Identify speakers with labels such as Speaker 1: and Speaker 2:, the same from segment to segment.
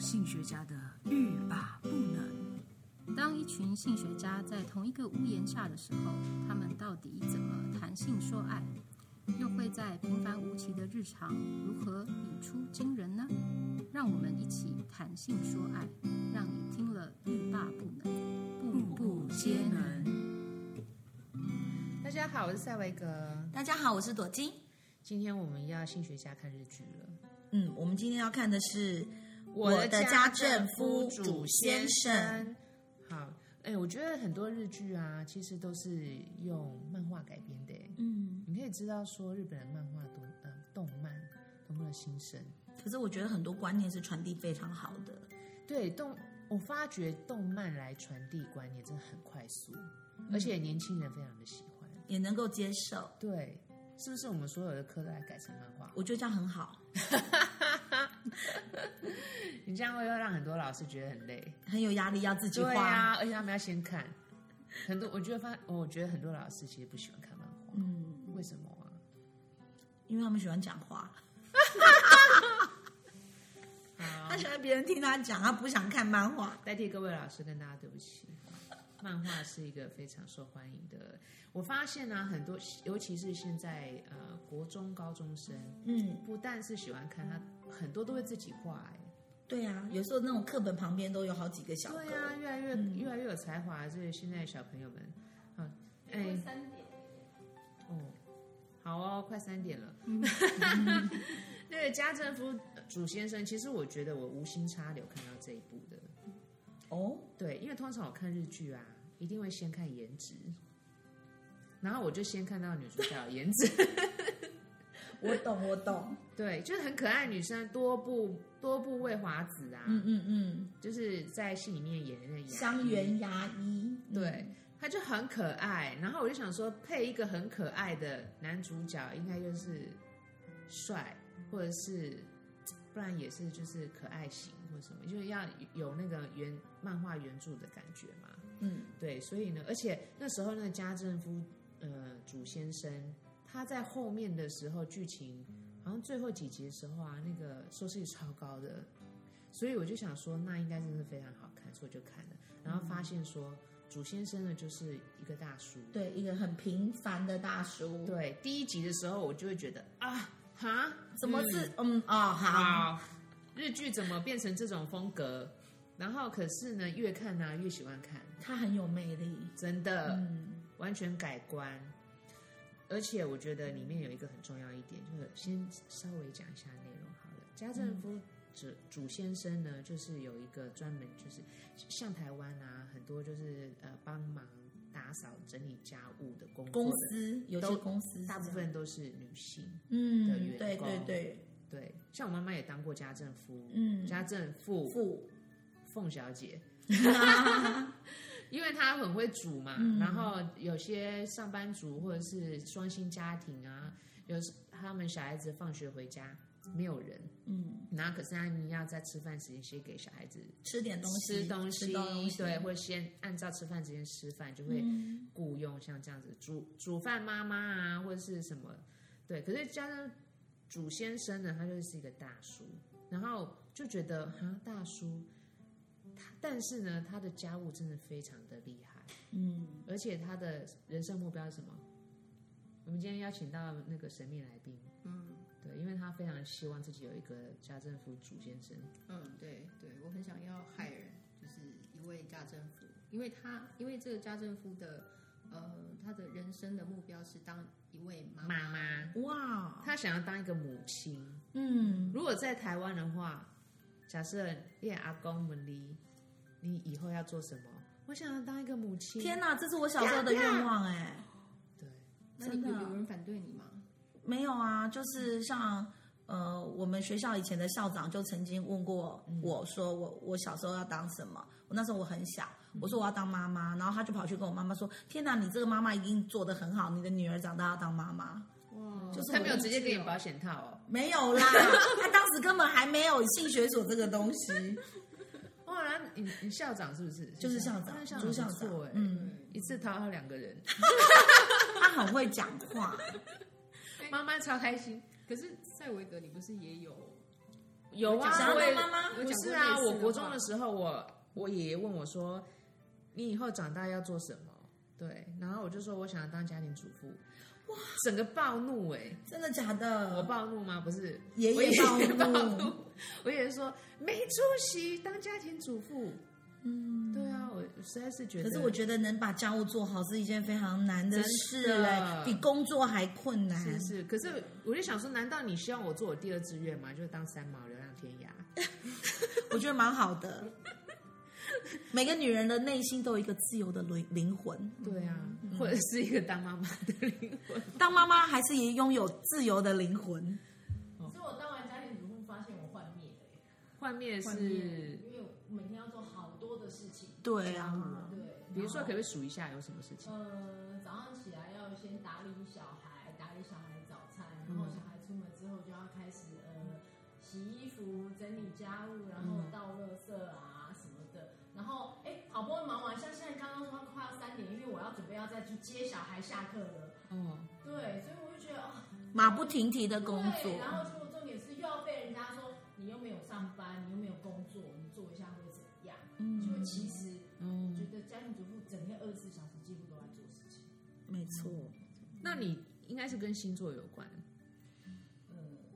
Speaker 1: 性学家的欲罢不能。
Speaker 2: 当一群性学家在同一个屋檐下的时候，他们到底怎么谈性说爱？又会在平凡无奇的日常如何语出惊人呢？让我们一起谈性说爱，让你听了欲罢不能，步步皆能。
Speaker 3: 大家好，我是赛维格。
Speaker 4: 大家好，我是朵金。
Speaker 3: 今天我们要性学家看日剧了。
Speaker 4: 嗯，我们今天要看的是《。
Speaker 3: 好，哎，我觉得很多日剧啊，其实都是用漫画改编的。哎
Speaker 4: 嗯，
Speaker 3: 你可以知道说日本人漫画多，呃，动漫多么的兴盛。
Speaker 4: 可是我觉得很多观念是传递非常好的。
Speaker 3: 对动，我发觉动漫来传递观念真的很快速，而且年轻人非常的喜欢。
Speaker 4: 也能够接受，
Speaker 3: 对，是不是我们所有的课都来改成漫画？
Speaker 4: 我觉得这样很好，
Speaker 3: 你这样会让很多老师觉得很累。
Speaker 4: 很有压力，要自己画。
Speaker 3: 对啊，而且他们要先看。很多我觉得发，我觉得很多老师其实不喜欢看漫画，
Speaker 4: 嗯，
Speaker 3: 为什么啊？
Speaker 4: 因为他们喜欢讲 话，
Speaker 3: 好
Speaker 4: 他喜欢别人听他讲，他不想看漫画。
Speaker 3: 代替各位老师跟大家对不起。漫画是一个非常受欢迎的，我发现呢、啊很多尤其是现在呃国中高中生，
Speaker 4: 嗯，
Speaker 3: 不但是喜欢看，他很多都会自己画、哎
Speaker 4: 对啊，有时候那种课本旁边都有好几个小格。
Speaker 3: 对啊，越来越、
Speaker 4: 嗯
Speaker 3: 越来越有才华，这些现在的小朋友们，啊，哎、
Speaker 4: 嗯
Speaker 3: 哦，好哦，快三点了。 那个家政夫主先生，其实我觉得我无心插柳看到这一部的，
Speaker 4: 哦，
Speaker 3: 对，因为通常我看日剧啊，一定会先看颜值，然后我就先看到女主角的颜 值，
Speaker 4: 我懂，我懂。
Speaker 3: 对，就是很可爱的女生多部多部未华子啊，
Speaker 4: 嗯嗯嗯，
Speaker 3: 就是在戏里面演的那个牙医
Speaker 4: 香园牙医，
Speaker 3: 对，他就很可爱。然后我就想说，配一个很可爱的男主角，应该就是帅，或者是不然也是就是可爱型或什么，就是要有那个原漫画原著的感觉嘛。
Speaker 4: 嗯，
Speaker 3: 对，所以呢，而且那时候那个家政夫呃主先生，他在后面的时候剧情好像最后几集的时候啊，那个收视率超高的，所以我就想说那应该真的是非常好看，所以我就看了，然后发现说、主先生呢就是一个大叔，
Speaker 4: 对，一个很平凡的大叔。，
Speaker 3: 对，第一集的时候我就会觉得啊哈，
Speaker 4: 怎么
Speaker 3: 嗯
Speaker 4: 是嗯哦好，
Speaker 3: 好，日剧怎么变成这种风格？然后可是呢，越看呢、越喜欢看，
Speaker 4: 他很有魅力。
Speaker 3: 真的。
Speaker 4: 嗯，
Speaker 3: 完全改观。而且我觉得里面有一个很重要一点，就是先稍微讲一下内容好了。家政夫主主先生呢，就是有一个专门就是像台湾啊，很多就是呃帮忙打扫整理家务的
Speaker 1: 呃
Speaker 3: 工作
Speaker 4: 公
Speaker 3: 的，
Speaker 4: 司有
Speaker 3: 都
Speaker 4: 些公司
Speaker 3: 大部
Speaker 4: 这样
Speaker 3: 分都是女性。的
Speaker 4: 嗯
Speaker 3: 员，
Speaker 4: 对对
Speaker 3: 工
Speaker 4: 对，
Speaker 3: 对，像我妈妈也当过家政夫，
Speaker 4: 嗯，
Speaker 3: 家政妇
Speaker 4: 父
Speaker 3: 凤小姐，因为她很会煮嘛，然后有些上班族或者是双薪家庭啊，有时他们小孩子放学回家没有人，
Speaker 4: 嗯，
Speaker 3: 然后可是他们要在吃饭时间先给小孩子
Speaker 4: 吃点东西，
Speaker 3: 吃东西，
Speaker 4: 吃东西嗯
Speaker 3: 对，或先按照吃饭时间吃饭，就会雇佣像这样子煮煮饭妈妈啊，或者是什么，对。可是加上主先生呢，他就是一个大叔，然后就觉得哈大叔，他但是呢，他的家务真的非常的厉害，
Speaker 4: 嗯，
Speaker 3: 而且他的人生目标是什么？我们今天邀请到那个神秘来宾，
Speaker 1: 嗯
Speaker 3: 对，因为他非常希望自己有一个家政夫主先生，
Speaker 1: 嗯，对对，我很想要害人，就是一位家政妇，因为他因为这个家政妇的呃，他的人生的目标是当一位妈妈，
Speaker 3: 妈妈，
Speaker 4: 哇，
Speaker 3: 他想要当一个母亲。
Speaker 4: 嗯，
Speaker 3: 如果在台湾的话，假设练阿公们离，你以后要做什么？我想要当一个母亲。
Speaker 4: 天哪，这是我小时候的愿望哎，
Speaker 3: 对，
Speaker 1: 那你有
Speaker 2: 啊
Speaker 4: 真的
Speaker 1: 有人反对你吗？
Speaker 4: 没有啊，就是像。呃，我们学校以前的校长就曾经问过我说我我小时候要当什么？我那时候我很小，我说我要当妈妈，然后他就跑去跟我妈妈说：“天哪，你这个妈妈一定做得很好，你的女儿长大要当妈妈。
Speaker 1: 哇，
Speaker 4: 就是
Speaker 3: 他没有
Speaker 4: 我
Speaker 3: 直接给你保险套哦”。
Speaker 4: 没有 啦，他当时根本还没有性学所这个东西，
Speaker 3: 哇，然后你你校长是不是？
Speaker 4: 哦就是 校长
Speaker 3: 那
Speaker 4: 朱
Speaker 3: 校
Speaker 4: 校
Speaker 3: 长不错
Speaker 4: 长
Speaker 3: 哎，，
Speaker 4: 嗯，
Speaker 3: 一次讨好两 个人，
Speaker 4: 他很会讲 话。
Speaker 3: 妈妈超开心。
Speaker 1: 可是塞维格，你不是也有
Speaker 3: 有啊，
Speaker 4: 想要
Speaker 3: 我
Speaker 4: 当
Speaker 3: 也
Speaker 4: 妈妈，
Speaker 1: 有
Speaker 3: 不
Speaker 1: 讲过
Speaker 3: 是啊，
Speaker 1: 类似
Speaker 3: 我
Speaker 1: 的
Speaker 3: 国
Speaker 1: 话
Speaker 3: 中的时候，我我爷爷问我说：“你以后长大要做什么？”对，然后我就说我想要当家庭主妇。哇，整个暴怒哎、
Speaker 4: 真的假
Speaker 3: 我
Speaker 4: 的？
Speaker 3: 暴怒吗？不是，
Speaker 4: 爷
Speaker 3: 我也
Speaker 4: 爷暴
Speaker 3: 暴
Speaker 4: 怒
Speaker 3: 怒，我爷爷说没出息当家庭主妇。
Speaker 4: 嗯，
Speaker 3: 对啊，我我实在是觉得，
Speaker 4: 可是我觉得能把家务做好是一件非常难的
Speaker 3: 真
Speaker 4: 事
Speaker 3: 的
Speaker 4: 哎、比工作还困难。
Speaker 3: 是是，可是我就想说，难道你希望我做我第二志愿吗？就是当三毛流浪天涯？
Speaker 4: 我觉得蛮好的。 每个女人的内心都有一个自由的灵灵魂，
Speaker 3: 对啊，
Speaker 4: 嗯
Speaker 3: 或者是一个当妈 妈的灵魂？
Speaker 4: 当妈妈还是也拥有自由的灵魂。
Speaker 5: 所以我当完家庭主妇，发现我幻灭了耶，
Speaker 3: 幻灭
Speaker 5: 幻灭
Speaker 3: 是，
Speaker 5: 因为我每天要做好多的事情。
Speaker 4: 对啊，
Speaker 5: 对，
Speaker 3: 比如说，可不
Speaker 5: 能
Speaker 3: 可以数一下有什么事情？
Speaker 5: 呃，早上起来要先打理小孩，打理小孩早餐，然后小孩出门之后就要开始呃洗衣服、整理家务，然
Speaker 4: 嗯
Speaker 5: 后倒垃圾啊什么的。然后哎，好不容易忙完，像现在刚刚说快要三点，因为我要准备要再去接小孩下课了。
Speaker 3: 哦，
Speaker 5: 对，所以我就觉得哦，
Speaker 4: 马不停蹄的嗯工作嗯
Speaker 5: 对，，然后结果重点是又要被人家说你又没有上班，你又没有工作，你做一下会怎么样？
Speaker 4: 嗯
Speaker 5: 就其实我觉
Speaker 3: 嗯，
Speaker 5: 得家庭主妇整天二十四小时几乎都在做事情。
Speaker 4: 没错，
Speaker 3: 那你应该是跟星座有关，
Speaker 5: 嗯，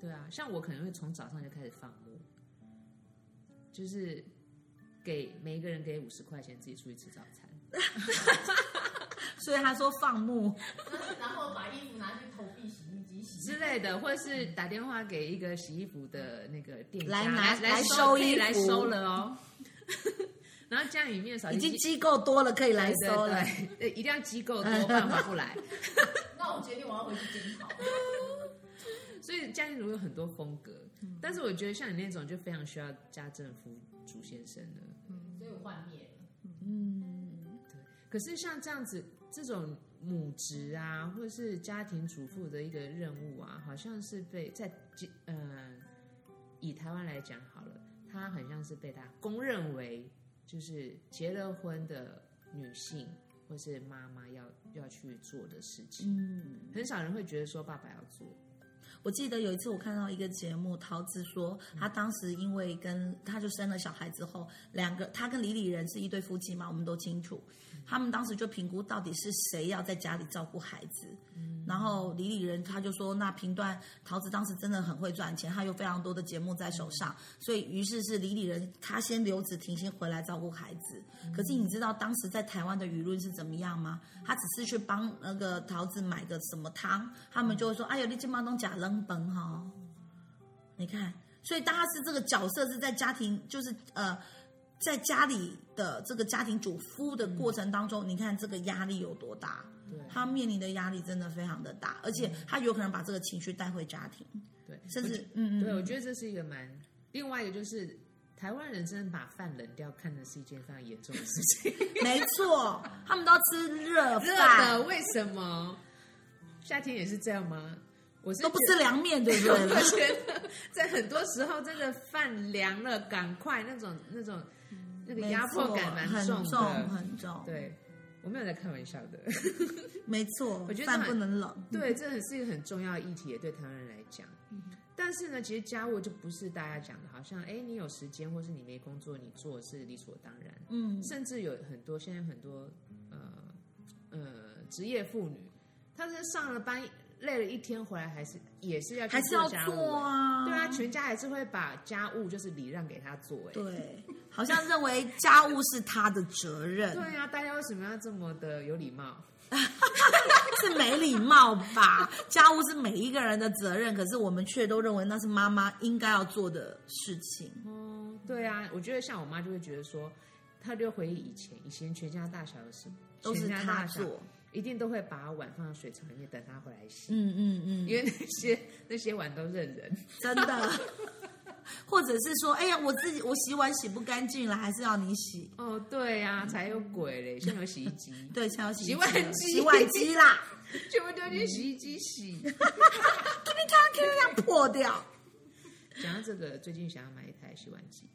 Speaker 3: 对啊，像我可能会从早上就开始放牧，就是给每一个人给五十块钱，自己出去吃早餐。
Speaker 4: 所以他说放牧，
Speaker 5: 那然后把衣服拿去投币洗衣机洗。
Speaker 3: 之类的，或者是打电话给一个洗衣服的那个店家
Speaker 4: 来拿
Speaker 3: 来
Speaker 4: 来
Speaker 3: 收
Speaker 4: 收衣
Speaker 3: 可以
Speaker 4: 服
Speaker 3: 来收了哦。 然后家里面扫地
Speaker 4: 已经
Speaker 3: 机
Speaker 4: 机够多了，可以来
Speaker 3: 对
Speaker 4: 收了。
Speaker 3: 对对，一定要机构多，不然划不来。
Speaker 5: 那我决定我要回去检讨。
Speaker 3: 所以家庭主妇有很多风格，
Speaker 4: 嗯
Speaker 3: 但是我觉得像你那种就非常需要家政夫主先生了。
Speaker 5: 所以我幻灭了。
Speaker 4: 嗯，
Speaker 3: 可是像这样子这种母职啊，或者是家庭主妇的一个任务啊，好像是被在呃，以台湾来讲好了，她很像是被大家公认为就是结了婚的女性或是妈妈要要去做的事情，
Speaker 4: 嗯，
Speaker 3: 很少人会觉得说爸爸要做。
Speaker 4: 我记得有一次我看到一个节目，桃子说她当时因为跟她就生了小孩之后，两个她跟李李仁是一对夫妻嘛，我们都清楚。他们当时就评估到底是谁要在家里照顾孩子，然后李李仁他就说，那评断桃子当时真的很会赚钱，她有非常多的节目在手上，所以于是是李李仁他先留职停薪回来照顾孩子。可是你知道当时在台湾的舆论是怎么样吗？他只是去帮那个桃子买个什么汤，他们就会说：“哎呦，你金毛东假扔本哈、你看，所以大家是这个角色是在家庭，就是呃，在家里的这个家庭主夫的过程当中，你看这个压力有多大？
Speaker 3: 对
Speaker 4: 他面临的压力真的非常的大，而且他有可能把这个情绪带回家庭，
Speaker 3: 对，
Speaker 4: 甚
Speaker 3: 我
Speaker 4: 至
Speaker 3: 觉
Speaker 4: 嗯嗯，
Speaker 3: 对，我觉得这是一个蛮另外一个就是。台湾人真的把饭冷掉看的是一件非常严重的事情，
Speaker 4: 没错，他们都要吃热
Speaker 3: 热
Speaker 4: 饭，
Speaker 3: 的为什么？夏天也是这样吗？我是
Speaker 4: 都不
Speaker 3: 觉得
Speaker 4: 吃凉面，对不对？
Speaker 3: 我觉得 在很多时候，真的饭凉了，赶快那种那种那个压迫感
Speaker 4: 嗯没
Speaker 3: 蛮
Speaker 4: 错很
Speaker 3: 的。
Speaker 4: 很重，
Speaker 3: 对，我没有在开玩笑 的。
Speaker 4: 没错，
Speaker 3: 我觉得
Speaker 4: 饭
Speaker 3: 那
Speaker 4: 不能冷，
Speaker 3: 对，这是一个很重要的议题，也对台湾人来讲。
Speaker 4: 嗯
Speaker 3: 但是呢，其实家务就不是大家讲的，好像哎，你有时间或是你没工作，你做是理所当然。
Speaker 4: 嗯，
Speaker 3: 甚至有很多现在很多呃呃职业妇女，她是上了班累了一天回来，还是也是要去
Speaker 4: 还是要
Speaker 3: 家务
Speaker 4: 做啊，
Speaker 3: 对啊，全家还是会把家务就是礼让给他做、哎，
Speaker 4: 对，好像认为家务是他的责任，
Speaker 3: 对啊，大家为什么要这么的有礼貌？
Speaker 4: 是没礼貌吧？家务是每一个人的责任，可是我们却都认为那是妈妈应该要做的事情。
Speaker 3: 哦，对啊，我觉得像我妈就会觉得说，她就回忆以前，以前全家大小的事
Speaker 4: 都是
Speaker 3: 全家
Speaker 4: 他
Speaker 3: 大小
Speaker 4: 做，
Speaker 3: 一定都会把碗放到水槽里面等她回来洗，
Speaker 4: 嗯嗯嗯，
Speaker 3: 因为那些 那些碗都认人。
Speaker 4: 真的。 或者是说，哎呀，我自己我洗碗洗不干净了，还是要你洗？
Speaker 3: 哦，对啊，才有鬼嘞，现在有洗衣机，
Speaker 4: 对，先要洗
Speaker 3: 洗碗机
Speaker 4: 洗碗机啦，
Speaker 3: 全部丢进洗衣机洗。
Speaker 4: 给你看，给你看破掉。
Speaker 3: 讲到这个，最近想要买一台洗碗机。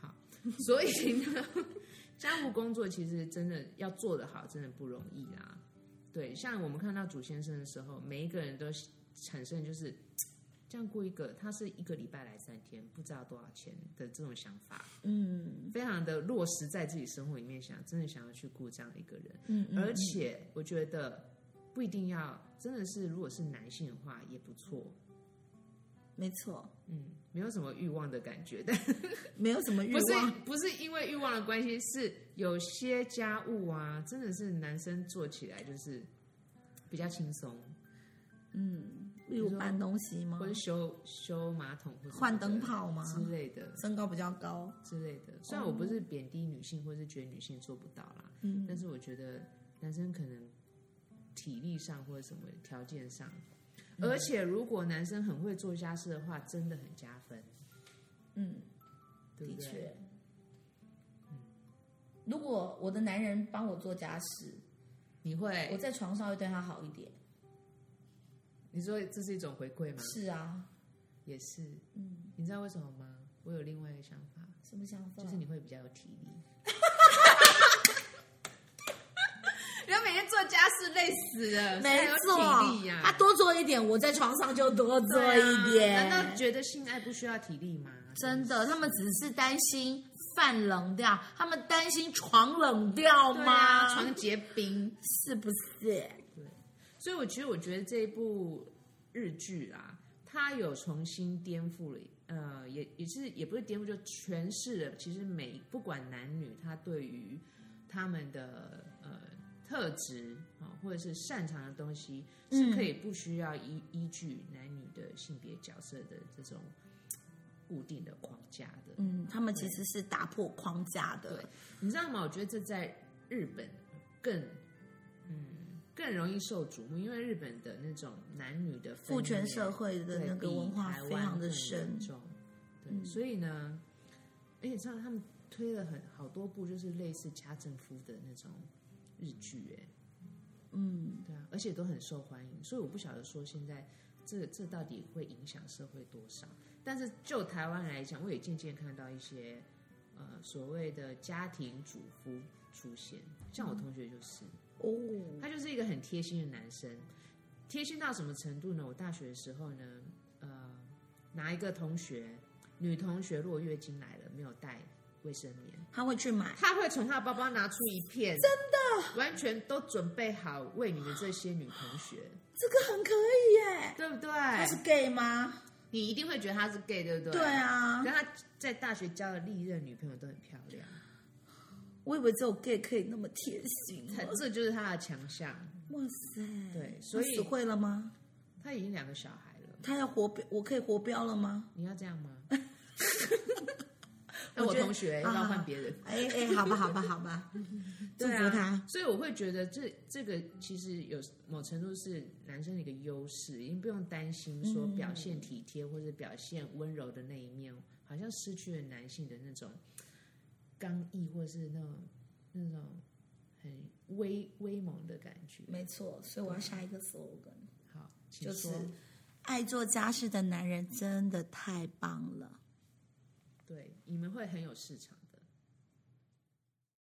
Speaker 3: 好，所以呢， 家务工作其实真的要做得好，真的不容易啊。对，像我们看到祖先生的时候，每一个人都产生就是这样雇一个，他是一个礼拜来三天，不知道多少钱的这种想法，
Speaker 4: 嗯
Speaker 3: 非常的落实在自己生活里面想，真的想要去雇这样一个人。
Speaker 4: 嗯，嗯
Speaker 3: 而且我觉得不一定要，真的是如果是男性的话也不错，
Speaker 4: 没错，
Speaker 3: 嗯，没有什么欲望的感觉，但
Speaker 4: 没有什么欲
Speaker 3: 不是
Speaker 4: 望，
Speaker 3: 不是因为欲望的关系，是有些家务啊，真的是男生做起来就是比较轻松，
Speaker 4: 嗯，例如搬东西吗
Speaker 3: 或？者修修马桶或什么的
Speaker 4: 换灯泡啊吗？
Speaker 3: 之类的
Speaker 4: 身高比较高，
Speaker 3: 之类的。虽然我不是贬
Speaker 4: 哦
Speaker 3: 低女性，或是觉得女性做不到啦，
Speaker 4: 嗯，
Speaker 3: 但是我觉得男生可能体力上或者什么条件上，而且如果男生很会做家事的话，真的很加分，
Speaker 4: 嗯，
Speaker 3: 对不
Speaker 4: 的
Speaker 3: 对？
Speaker 4: 确。嗯如果我的男人帮我做家事，
Speaker 3: 你
Speaker 4: 我
Speaker 3: 会，
Speaker 4: 在床上会对他好一点。
Speaker 3: 你说这是一种回馈吗？
Speaker 4: 是啊，
Speaker 3: 也是，
Speaker 4: 嗯，
Speaker 3: 你知道为什么吗？我有另外一个想法，
Speaker 4: 什么想法？
Speaker 3: 就是你会比较有体力。
Speaker 1: 人每天做家事
Speaker 4: 哎
Speaker 1: 累死了，
Speaker 4: 没
Speaker 1: 谁有
Speaker 4: 错
Speaker 1: 体力呀、，
Speaker 4: 他多做一点，我在床上就多做一
Speaker 3: 啊对
Speaker 4: 点。
Speaker 3: 啊难道觉得性爱不需要体力吗？
Speaker 4: 真的，他们只是担心饭冷掉，他们担心床冷掉
Speaker 1: 对
Speaker 4: 吗？
Speaker 1: 啊，床结冰，
Speaker 4: 是不是？
Speaker 3: 所以我其实我觉得这一部日剧啊，它有重新颠覆了，呃，也也是也不是颠覆，就诠释了其实每不管男女，他对于他们的呃特质啊、或者是擅长的东西，是可以不需要依依据男女的性别角色的这种固定的框架的。
Speaker 4: 嗯，他们其实是打破框架的
Speaker 3: 对。你知道吗？我觉得这在日本更，嗯，更容易受瞩目，因为日本的那种男女的分
Speaker 4: 父权
Speaker 3: 裂
Speaker 4: 社会的
Speaker 3: 对
Speaker 4: 那个
Speaker 3: 比
Speaker 4: 文化
Speaker 3: 台
Speaker 4: 非
Speaker 3: 湾
Speaker 4: 常的
Speaker 3: 更
Speaker 4: 深
Speaker 3: 严，重。对，
Speaker 4: 嗯
Speaker 3: 所以呢，而且像他们推了很好多部，就是类似家政夫的那种日剧，哎，
Speaker 4: 嗯，
Speaker 3: 对啊，而且都很受欢迎。所以我不晓得说现在这这到底会影响社会多少。但是就台湾来讲，我也渐渐看到一些呃所谓的家庭主夫出现，像我同学就是，
Speaker 4: 哦，
Speaker 3: 他就是一个很贴心的男生，贴心到什么程度呢？我大学的时候呢，呃，拿一个同学女同学如果月经来了没有带卫生棉，
Speaker 4: 他会去买，
Speaker 3: 他会从他的包包拿出一片，真的完全都准备好为你的这些女同学，
Speaker 4: 这个很可以耶。
Speaker 3: 对不对？
Speaker 4: 他是 gay 吗？
Speaker 3: 你一定会觉得他是 gay，对不对？
Speaker 4: 对。啊，
Speaker 3: 但他在大学交的历任女朋友都很漂亮，
Speaker 4: 我以为只有 gay 可以那么贴心哦。
Speaker 3: 他这就是他的强项。
Speaker 4: 哇塞，
Speaker 3: 对
Speaker 4: 他
Speaker 3: 所以
Speaker 4: 死会了吗？
Speaker 3: 他已经两个小孩了，
Speaker 4: 他要活标，我可以活标了吗？
Speaker 3: 你要这样 吗？那我
Speaker 4: 觉得
Speaker 3: 同学要不要换别人？
Speaker 4: 哎哎，好吧，好吧，好吧， 祝福他。
Speaker 3: 所以我会觉得这这个其实有某程度是男生的一个优势，因为不用担心说表现体贴或者表现温柔的那一面，好像失去了男性的那种刚毅或是那种那种很威威猛的感觉。
Speaker 4: 没错，所以我要下一个 slogan，
Speaker 3: 好，请
Speaker 4: 就是
Speaker 3: 说
Speaker 4: 爱做家事的男人真的太棒了。
Speaker 3: 对，你们会很有市场。